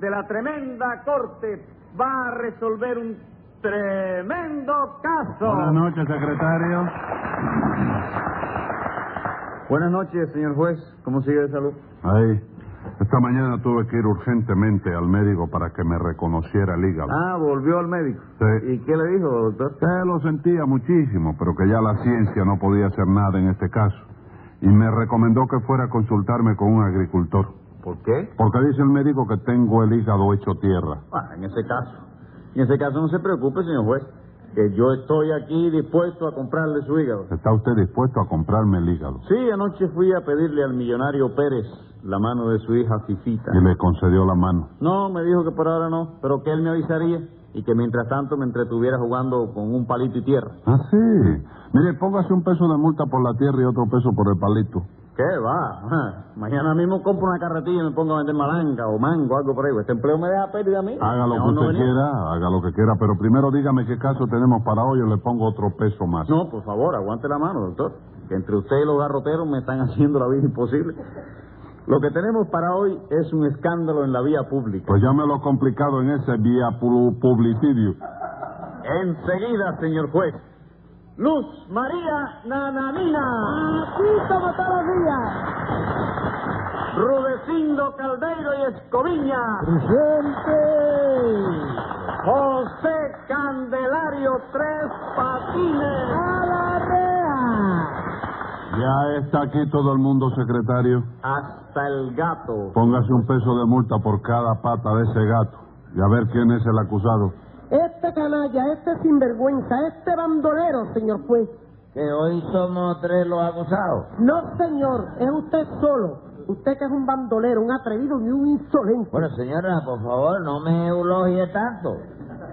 de la tremenda corte va a resolver un tremendo caso. Buenas noches, secretario. Buenas noches, señor juez. ¿Cómo sigue de salud? Ahí. Esta mañana tuve que ir urgentemente al médico para que me reconociera el hígado. Ah, volvió al médico. Sí. ¿Y qué le dijo, doctor? Que lo sentía muchísimo, pero que ya la ciencia no podía hacer nada en este caso. Y me recomendó que fuera a consultarme con un agricultor. ¿Por qué? Porque dice el médico que tengo el hígado hecho tierra. Ah, en ese caso. En ese caso no se preocupe, señor juez, que yo estoy aquí dispuesto a comprarle su hígado. ¿Está usted dispuesto a comprarme el hígado? Sí, anoche fui a pedirle al millonario Pérez la mano de su hija Fifita. Y le concedió la mano. No, me dijo que por ahora no, pero que él me avisaría y que mientras tanto me entretuviera jugando con un palito y tierra. Ah, sí. Mire, póngase un peso de multa por la tierra y otro peso por el palito. ¿Qué va? Ajá. Mañana mismo compro una carretilla y me pongo a vender malanga o mango, algo por ahí. Este empleo me deja pérdida a mí. Haga lo Mejor que no usted venía. quiera, haga lo que quiera, pero primero dígame qué caso tenemos para hoy, yo le pongo otro peso más. No, por favor, aguante la mano, doctor. Que entre usted y los garroteros me están haciendo la vida imposible. Lo que tenemos para hoy es un escándalo en la vía pública. Pues llámelo complicado en ese vía pu- publicidio. Enseguida, señor juez. Luz María Nananina. Rudecindo Caldeiro y Escoviña. ¡Presente! José Candelario Tres Patines. ¡A la rea! Ya está aquí todo el mundo, secretario. Hasta el gato. Póngase un peso de multa por cada pata de ese gato y a ver quién es el acusado. Este canalla, este sinvergüenza, este bandolero, señor juez. Que hoy somos tres los acusados. No, señor, es usted solo. Usted que es un bandolero, un atrevido y un insolente. Bueno, señora, por favor, no me eulogie tanto.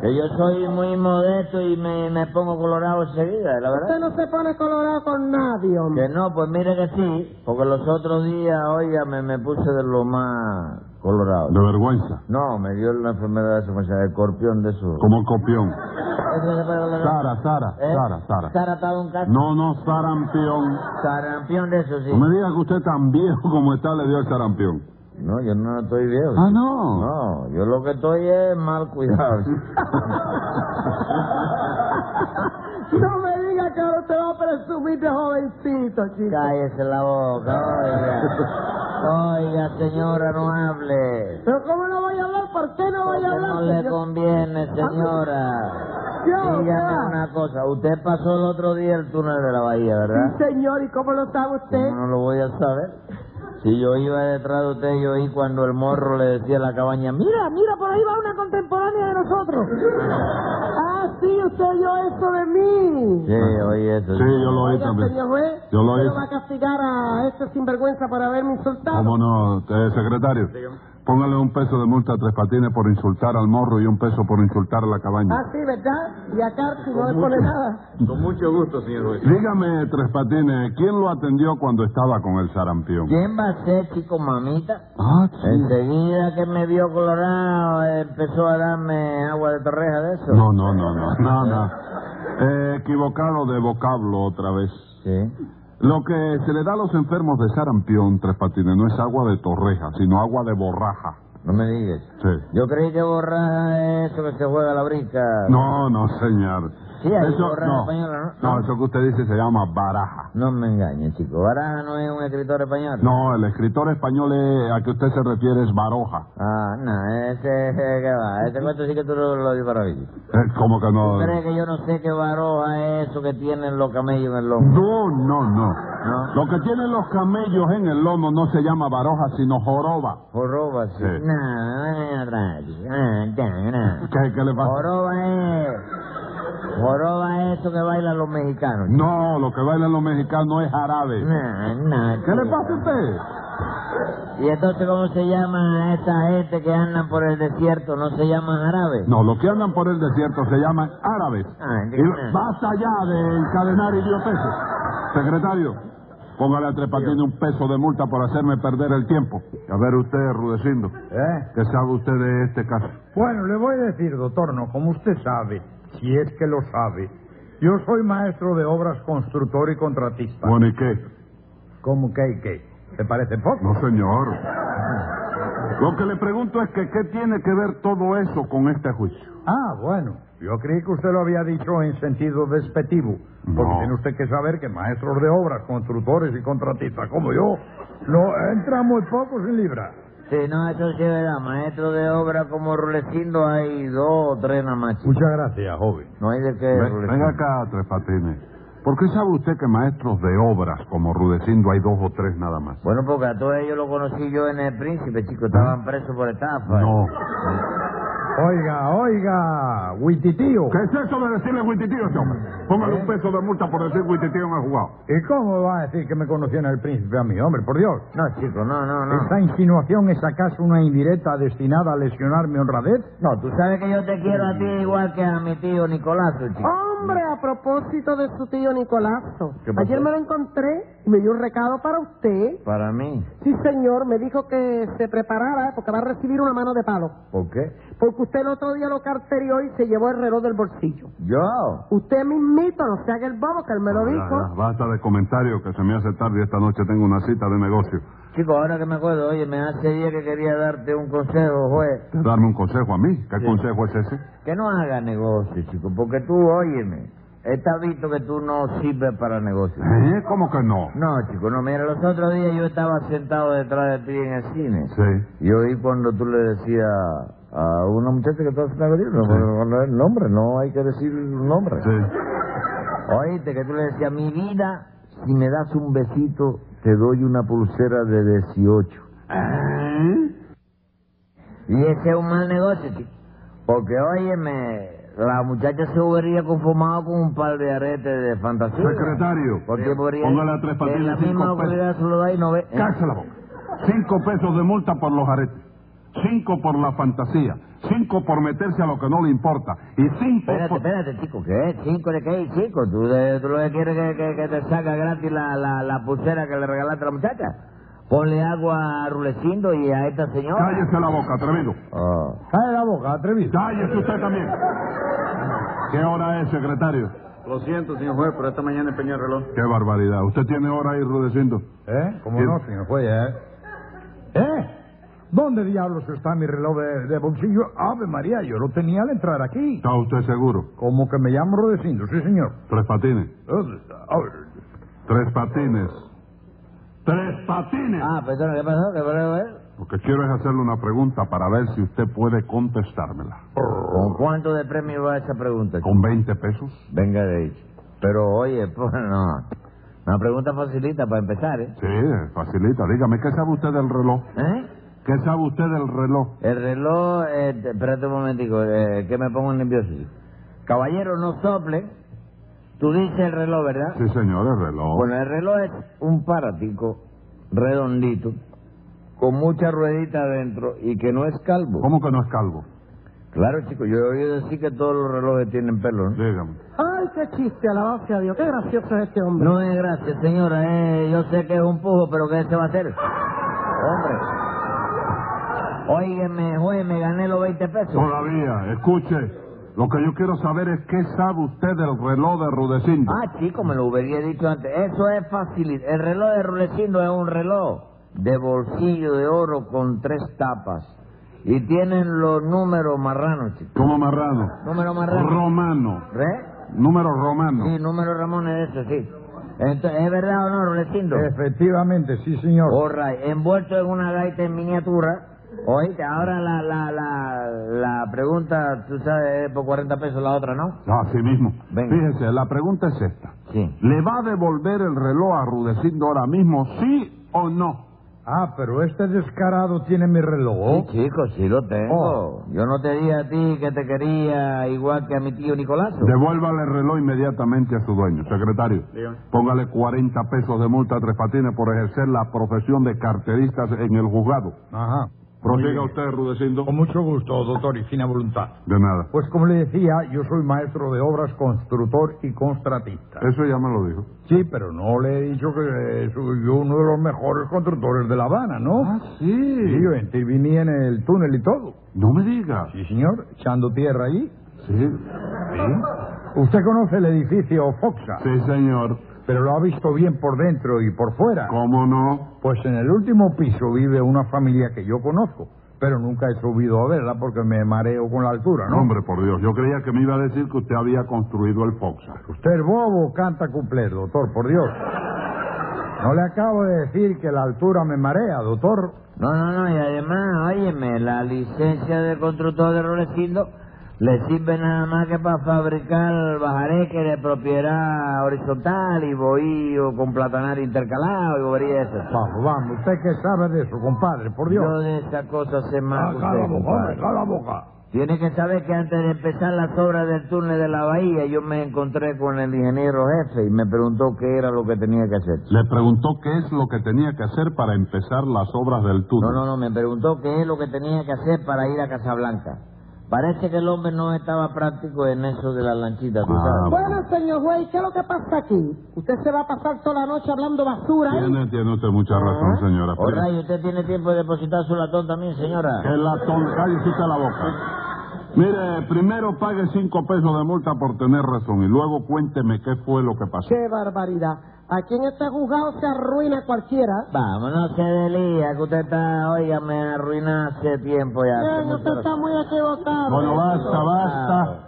Que yo soy muy modesto y me, me pongo colorado enseguida, la Usted verdad. no se pone colorado con nadie, hombre. Que no, pues mire que sí, porque los otros días, oiga, me, me puse de lo más colorado. De vergüenza, No, me dio la enfermedad de se llama? el corpión de su... como el copión. Sara, Sara, Sara, Sara, Sara. Sara estaba un caso. No, no, sarampión. Sarampión de eso, sí. No me diga que usted tan viejo como está le dio el sarampión. No, yo no estoy viejo. Ah, sí. no. No, yo lo que estoy es mal cuidado. sí. No me diga que ahora usted va a presumir de jovencito, chico. Cállese la boca, oiga. Oiga, señora, no hable. Pero ¿cómo no voy a hablar? ¿Por qué no voy Porque a hablar? no le señor? conviene, señora. Yo, Dígame ¿verdad? una cosa. Usted pasó el otro día el túnel de la bahía, ¿verdad? Sí, señor, ¿y cómo lo sabe usted? ¿Cómo no lo voy a saber? Si yo iba detrás de usted, yo oí cuando el morro le decía a la cabaña, mira, mira, por ahí va una contemporánea de nosotros. ah, sí, usted oyó eso de mí. Sí, oí eso. Sí, yo lo oí Oiga, también. señor juez, Yo lo ¿usted oí. no va a castigar a este sinvergüenza por haberme insultado? ¿Cómo no, eh, secretario? Póngale un peso de multa a Tres Patines por insultar al morro y un peso por insultar a la cabaña. Ah, sí, ¿verdad? Y a Carti no le pone nada. Con mucho gusto, señor juez. Dígame, Tres Patines, ¿quién lo atendió cuando estaba con el sarampión? ¿Quién va a ser, chico, mamita? Ah, sí. Enseguida que me vio colorado, empezó a darme agua de torreja de eso. No, no, no, no, no, no. Eh, equivocado de vocablo otra vez. Sí. Lo que se le da a los enfermos de sarampión, Tres Patines, no es agua de torreja, sino agua de borraja. No me digas. Sí. Yo creí que borraja es eso que se juega a la brica. No, no, señor. Sí, hay Eso, borraja no. española, ¿no? No, eso que usted dice se llama baraja. No me engañes, chico. Baraja no es un escritor español. No, el escritor español eh, a que usted se refiere es Baroja. Ah, no, ese eh, que va. Ese cuento sí que tú lo, lo di para mí. Eh, ¿Cómo que no? ¿Crees que yo no sé qué baroja es eso que tienen los camellos en el lomo? No, no, no. No. Lo que tienen los camellos en el lomo no se llama Baroja, sino joroba. Joroba, sí. Sí. No, ven atrás, chico. Ah, ya, no. ¿Qué, qué le pasa? Joroba es... Joroba es eso que bailan los mexicanos. chico. No, lo que bailan los mexicanos es jarabe. No, no. ¿Qué le chico. pasa a usted? ¿Y entonces cómo se llama esa gente que andan por el desierto? ¿No se llama árabe? No, los que andan por el desierto se llaman árabes. Ah, Y dígame. basta ya de encadenar idioteces. Secretario, póngale a Tres Patines un peso de multa por hacerme perder el tiempo. A ver usted, Rudecindo, ¿Eh? ¿qué sabe usted de este caso? Bueno, le voy a decir, doctor, no, como usted sabe, si es que lo sabe, yo soy maestro de obras constructor y contratista. Bueno, ¿y qué? ¿Cómo que y qué? ¿Te parece poco? No, señor. Lo que le pregunto es que qué tiene que ver todo eso con este juicio. Ah, bueno. Yo creí que usted lo había dicho en sentido despectivo. Porque No. tiene usted que saber que maestros de obras, constructores y contratistas como yo, no entran muy pocos en libra. Sí, no, eso sí es verdad. Maestro de obra como Rulecindo hay dos o tres nada más. chico. Muchas gracias, joven. No hay de qué, Ve- Rulecindo. Venga acá, Tres Patines. ¿Por qué sabe usted que maestros de obras como Rudecindo hay dos o tres nada más? Bueno, porque a todos ellos lo conocí yo en el Príncipe, chico. Estaban presos por estafa. ¿Ah? No. Oiga, oiga, Huititío. ¿Qué es eso de decirle Huititío a este hombre? Póngale un peso de multa por decir Huititío en el jugado. ¿Y cómo va a decir que me conocían el príncipe a mí, hombre? Por Dios. No, chico, no, no, no. ¿Esta insinuación es acaso una indirecta destinada a lesionar mi honradez? No, tú sabes que yo te quiero a ti igual que a mi tío Nicolás, chico. Ah. Hombre, a propósito de su tío Nicolazo. ¿Qué pasó? Ayer me lo encontré y me dio un recado para usted. Para mí. Sí, señor, me dijo que se preparara porque va a recibir una mano de palo. ¿Por qué? Porque usted el otro día lo carterió y se llevó el reloj del bolsillo. Yo. Usted mismito, no se haga el bobo, que él me lo Ya, dijo. ya, basta de comentarios que se me hace tarde y esta noche tengo una cita de negocio. Chico, ahora que me acuerdo, oye, me hace día que quería darte un consejo, juez. Darme un consejo a mí. ¿Qué consejo es ese? Que no haga negocio, chico, porque tú, óyeme, está visto que tú no sirves para negocio. ¿Eh? ¿Cómo que no? No, chico, no, mira, los otros días yo estaba sentado detrás de ti en el cine. Sí. Y oí cuando tú le decías a una muchacha que estaba sentado contigo, no, no, no, el nombre, no hay que decir un nombre. Sí. Oíste, que tú le decías, mi vida, si me das un besito, te doy una pulsera de 18. Y ese es un mal negocio, chico. Porque, óyeme, la muchacha se hubiera conformado con un par de aretes de fantasía. Secretario, Porque podría... póngale a tres que la patines misma cinco pesos. autoridad se lo da y no ve... ¿Eh? Cállese la boca. Cinco pesos de multa por los aretes. Cinco por la fantasía. Cinco por meterse a lo que no le importa. Y cinco Espérate, por... espérate, chico, ¿qué? ¿Cinco de qué? ¿Cinco? ¿Tú, de- tú lo que quieres que, que, que te saca gratis la, la, la pulsera que le regalaste a la muchacha? Ponle agua a Rulecindo y a esta señora. Cállese la boca, atrevido. Oh. Cae la boca, atrevido. Cállese usted también. ¿Qué hora es, secretario? Lo siento, señor juez, pero esta mañana empeñé el reloj. Qué barbaridad. ¿Usted tiene hora ahí, Rudecindo? ¿Eh? ¿Cómo Sí. no, señor juez? ¿Eh? ¿Eh? ¿Dónde diablos está mi reloj de, de bolsillo? Ave María, yo lo tenía al entrar aquí. ¿Está usted seguro? Como que me llamo Rodecindo, sí, señor. Tres patines. ¿Dónde está? A ver. Tres patines. ¡Tres patines! Ah, perdona, ¿qué pasó? ¿Qué pasó? eh? Lo que quiero es hacerle una pregunta para ver si usted puede contestármela. ¿Con cuánto de premio va esa pregunta? chico? ¿Con 20 pesos? Venga de ahí. chico. Pero oye, pues no. Una pregunta facilita para empezar, ¿eh? Sí, facilita. Dígame, ¿qué sabe usted del reloj? ¿Eh? ¿Qué sabe usted del reloj? El reloj, eh, te- espérate un momentico, eh, que me pongo nervioso. chico. Caballero, no sople. Tú dices el reloj, ¿verdad? Sí, señor, el reloj. Bueno, el reloj es un parático redondito con mucha ruedita adentro y que no es calvo. ¿Cómo que no es calvo? Claro, chico, yo he oído decir que todos los relojes tienen pelo, ¿no? Dígame. Ay, qué chiste, alabado sea Dios. Qué gracioso es este hombre. No es gracia, señora. eh, yo sé que es un pujo, pero ¿qué se va a hacer? Hombre. Óigame, juez, me gané los 20 pesos. Todavía, escuche. Lo que yo quiero saber es qué sabe usted del reloj de Rudecindo. Ah, chico, me lo hubiera dicho antes. Eso es fácil. El reloj de Rulecindo es un reloj de bolsillo de oro con tres tapas. Y tienen los números marranos, chico. ¿Cómo marrano? Número marrano. Romano. ¿Ves? Número romano. Sí, número Ramón es eso, sí. Entonces, ¿Es verdad o no, Rulecindo? Efectivamente, sí, señor. All right. Envuelto en una gaita en miniatura. Oíste, ahora la, la, la, la pregunta, tú sabes, es por 40 pesos la otra, ¿no? Así mismo. Venga. Fíjese, la pregunta es esta. Sí. ¿Le va a devolver el reloj a Rudecindo ahora mismo, sí o no? Ah, pero este descarado tiene mi reloj. Sí, chico, sí lo tengo. Oh. Yo no te dije a ti que te quería igual que a mi tío Nicolazo. Devuélvale el reloj inmediatamente a su dueño. Secretario, Dígame. póngale 40 pesos de multa a Tres Patines por ejercer la profesión de carteristas en el juzgado. Ajá. Prosiga usted, Rudecindo. Con mucho gusto, doctor, y fina voluntad. De nada. Pues como le decía, yo soy maestro de obras, constructor y contratista. Eso ya me lo dijo. Sí, pero no le he dicho que soy yo uno de los mejores constructores de La Habana, ¿no? Ah, Ah, sí. Sí, yo interviní en el túnel y todo. No me diga. Sí, señor, echando tierra allí. Sí. Usted conoce el edificio Foxa, Sí, señor. pero lo ha visto bien por dentro y por fuera. ¿Cómo no? Pues en el último piso vive una familia que yo conozco. pero nunca he subido a verla porque me mareo con la altura, ¿no? Hombre, por Dios, yo creía que me iba a decir que usted había construido el Foxa. Usted es bobo, canta cumpler, doctor, por Dios. No le acabo de decir que la altura me marea, doctor. No, no, no, y además, óyeme, la licencia de constructor de Rolecindo le sirve nada más que para fabricar bajareque de propiedad horizontal y bohío con platanar intercalado y bobería esa. Vamos, vamos, usted que sabe de eso, compadre, por Dios. Ah, Yo de esas cosas sé más que Cala la usted, boca, compadre. hombre, cala la boca. Tiene que saber que antes de empezar las obras del túnel de la bahía, yo me encontré con el ingeniero jefe y me preguntó qué era lo que tenía que hacer. Le preguntó qué es lo que tenía que hacer para empezar las obras del No, túnel. no, no, me preguntó qué es lo que tenía que hacer para ir a Casablanca. Parece que el hombre no estaba práctico en eso de la lanchita, tú Ah, sabes. Bueno, señor juez, ¿qué es lo que pasa aquí? Usted se va a pasar toda la noche hablando basura. ¿eh? Tiene, tiene usted mucha razón, señora. Oh, rayo, usted tiene tiempo de depositar su latón también, Que señora. la ton... cállese usted la boca. Mire, primero pague cinco pesos de multa por tener razón y luego cuénteme qué fue lo que pasó. ¡Qué barbaridad! Aquí en este juzgado se arruina cualquiera. Vamos, no se delía, que usted está, oiga, me arruinó hace tiempo ya. hace Bien, mucho usted está muy equivocado. Bueno, basta, basta.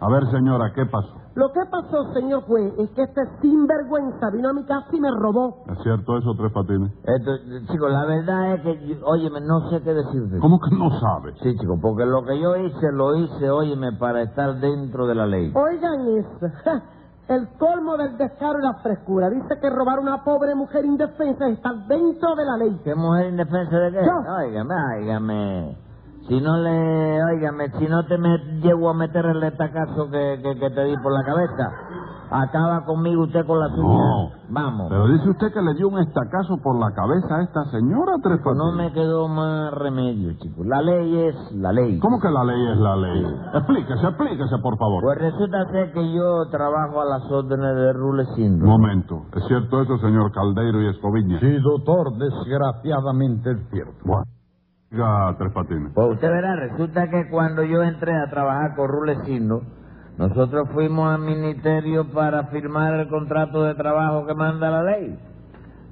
A ver, señora, ¿qué pasó? Lo que pasó, señor juez, es que este sinvergüenza vino a mi casa y me robó. ¿Es cierto eso, Tres Patines? Esto, chico, la verdad es que, yo- óyeme, no sé qué decirte. ¿Cómo que no sabe? Sí, chico, porque lo que yo hice, lo hice, óyeme, para estar dentro de la ley. Oigan eso. ja, El colmo del descaro y la frescura. Dice que robar a una pobre mujer indefensa está dentro de la ley. ¿Qué mujer indefensa de qué? Yo. Óigame, óigame. Si no le, óigame, si no te me, llevo a meter el estacazo que, que, que te di por la cabeza, acaba conmigo usted con la suya. No. Vamos. Pero dice usted que le dio un estacazo por la cabeza a esta señora, Tres Patines. Pues No me quedó más remedio, chico. La ley es la ley. ¿Cómo que la ley es la ley? Explíquese, explíquese, por favor. Pues resulta ser que yo trabajo a las órdenes de Rulecindo. Momento. ¿Es cierto eso, señor Caldeiro y Escoviña? Sí, doctor, desgraciadamente es cierto. Bueno. Diga, Tres Patines. Pues usted verá, resulta que cuando yo entré a trabajar con Rulecindo, nosotros fuimos al ministerio para firmar el contrato de trabajo que manda la ley.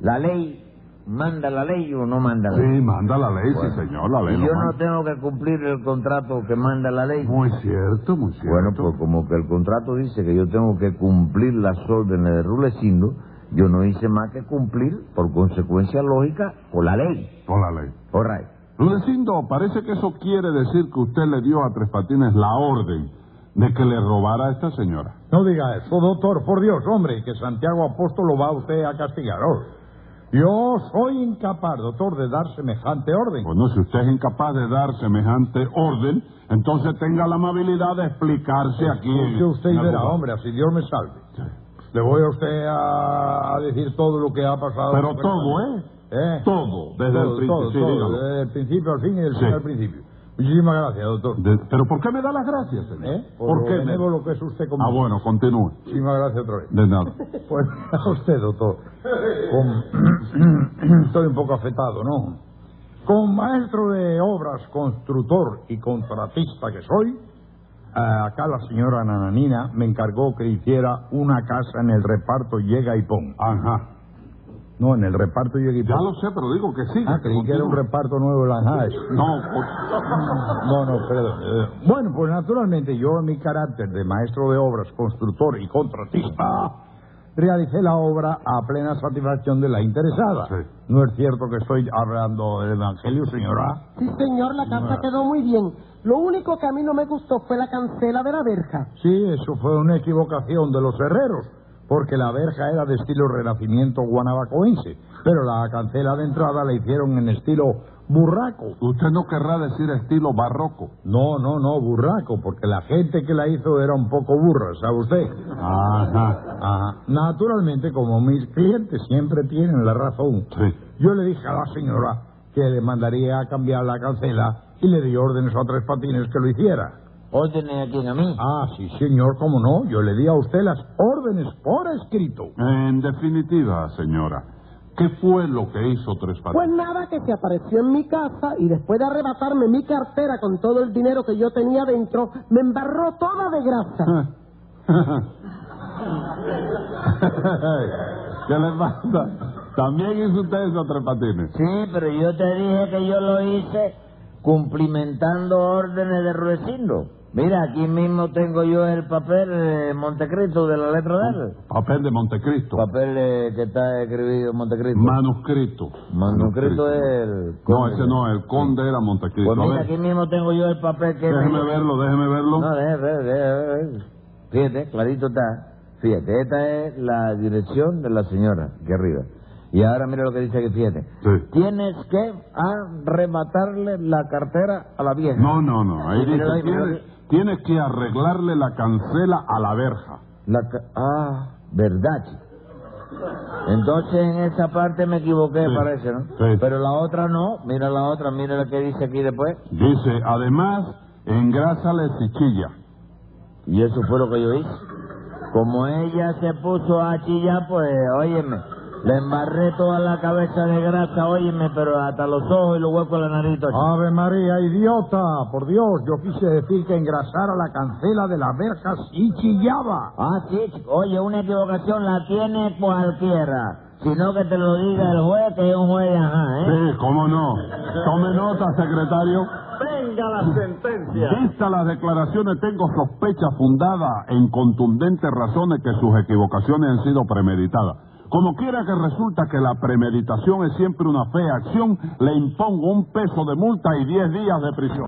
La ley, ¿manda la ley o no manda la ley? Sí, manda la ley, sí, señor, la ley y lo yo manda. no tengo que cumplir el contrato que manda la ley. Muy cierto, muy cierto. Bueno, pues como que el contrato dice que yo tengo que cumplir las órdenes de Rulecindo, yo no hice más que cumplir, por consecuencia lógica, con la ley. Con la ley. All right. Rudecindo, parece que eso quiere decir que usted le dio a Tres Patines la orden de que le robara a esta señora. No diga eso, doctor, por Dios, hombre, que Santiago Apóstol lo va usted a castigar hoy. Yo soy incapaz, doctor, de dar semejante orden. Bueno, Pues si usted es incapaz de dar semejante orden, entonces tenga la amabilidad de explicarse Pues aquí. en- Escuche usted en y el verá, lugar. hombre, así Dios me salve. Le voy a usted a, a decir todo lo que ha pasado. Pero todo, ¿eh? ¿Eh? Todo, desde el Todo, principio. todo, sí, todo, eh. dígalo. desde el principio al fin y del Sí. fin al principio. Muchísimas gracias, doctor. De- Pero ¿por qué me da las gracias, señor? ¿Eh? ¿Por, lo qué? me- benévolo que es usted conmigo. Ah, bueno, continúe. Muchísimas gracias otra vez. De nada. Pues a usted, doctor. Con- Estoy un poco afectado, ¿no? Con maestro de obras, constructor y contratista que soy, eh, acá la señora Nananina me encargó que hiciera una casa en el reparto Llega y Pon. Ajá. No, en el reparto Llega y Ya Pon. lo sé, pero digo que sí. Ah, creí que era un reparto nuevo de las naves. No, pues, por- No, no, perdón. Eh, Bueno, pues naturalmente yo en mi carácter de maestro de obras, constructor y contratista, realicé la obra a plena satisfacción de la interesada. Sí. No es cierto que estoy hablando del Evangelio, señora. Sí, señor, la casa quedó muy bien. Lo único que a mí no me gustó fue la cancela de la verja. Sí, eso fue una equivocación de los herreros, porque la verja era de estilo renacimiento guanabacoense, pero la cancela de entrada la hicieron en estilo burraco. usted no querrá decir estilo barroco. No, no, no, burraco, porque la gente que la hizo era un poco burra, ¿sabe usted? Ajá. Ajá. Naturalmente, como mis clientes siempre tienen la razón, Sí. yo le dije a la señora que le mandaría a cambiar la cancela y le di órdenes a Tres Patines que lo hiciera. Órdenes a quién, a mí. Ah, sí, señor, cómo no. Yo le di a usted las órdenes por escrito. En definitiva, señora, ¿qué fue lo que hizo Tres Pues Patines? nada, que se apareció en mi casa y después de arrebatarme mi cartera con todo el dinero que yo tenía dentro, me embarró toda de grasa. ¿Qué le pasa? ¿También hizo usted eso, Tres Patines? Sí, pero yo te dije que yo lo hice cumplimentando órdenes de Rudecindo. Mira, aquí mismo tengo yo el papel eh, Montecristo de la letra de él. Papel de Montecristo. Papel eh, que está escribido en Montecristo. Manuscrito. Manuscrito es el... No, ese no, el conde era Montecristo. Pues A mira, ver, aquí mismo tengo yo el papel que... déjeme verlo, déjeme verlo. No, déjame ver, déjame ver. Fíjate, clarito está. Fíjate, esta es la dirección de la señora, aquí arriba. Y ahora mira lo que dice aquí, fíjate. Sí. Tienes que arrebatarle la cartera a la vieja. No, no, no. Ahí Sí, dice, míralo ahí, míralo tienes, tienes que arreglarle la cancela a la verja. La ca- ah, verdad. chico. Entonces en esa parte me equivoqué, Sí, parece, ¿no? sí. Pero la otra no. Mira la otra, mira lo que dice aquí después. Dice, además, engrásale si chilla. Y eso fue lo que yo hice. Como ella se puso a chillar, pues, óyeme, le embarré toda la cabeza de grasa, óyeme, pero hasta los ojos y los huecos de la nariz. todo así. Ave María, idiota, por Dios, yo quise decir que engrasara la cancela de la verja y chillaba. Ah, sí, chico. oye, una equivocación la tiene cualquiera. Sino que te lo diga el juez, que es un juez de ajá, ¿eh? Sí, cómo no. Tome nota, secretario. Venga la sentencia. Vista las declaraciones, tengo sospecha fundada en contundentes razones que sus equivocaciones han sido premeditadas. Como quiera que resulta que la premeditación es siempre una fea acción, le impongo un peso de multa y diez días de prisión.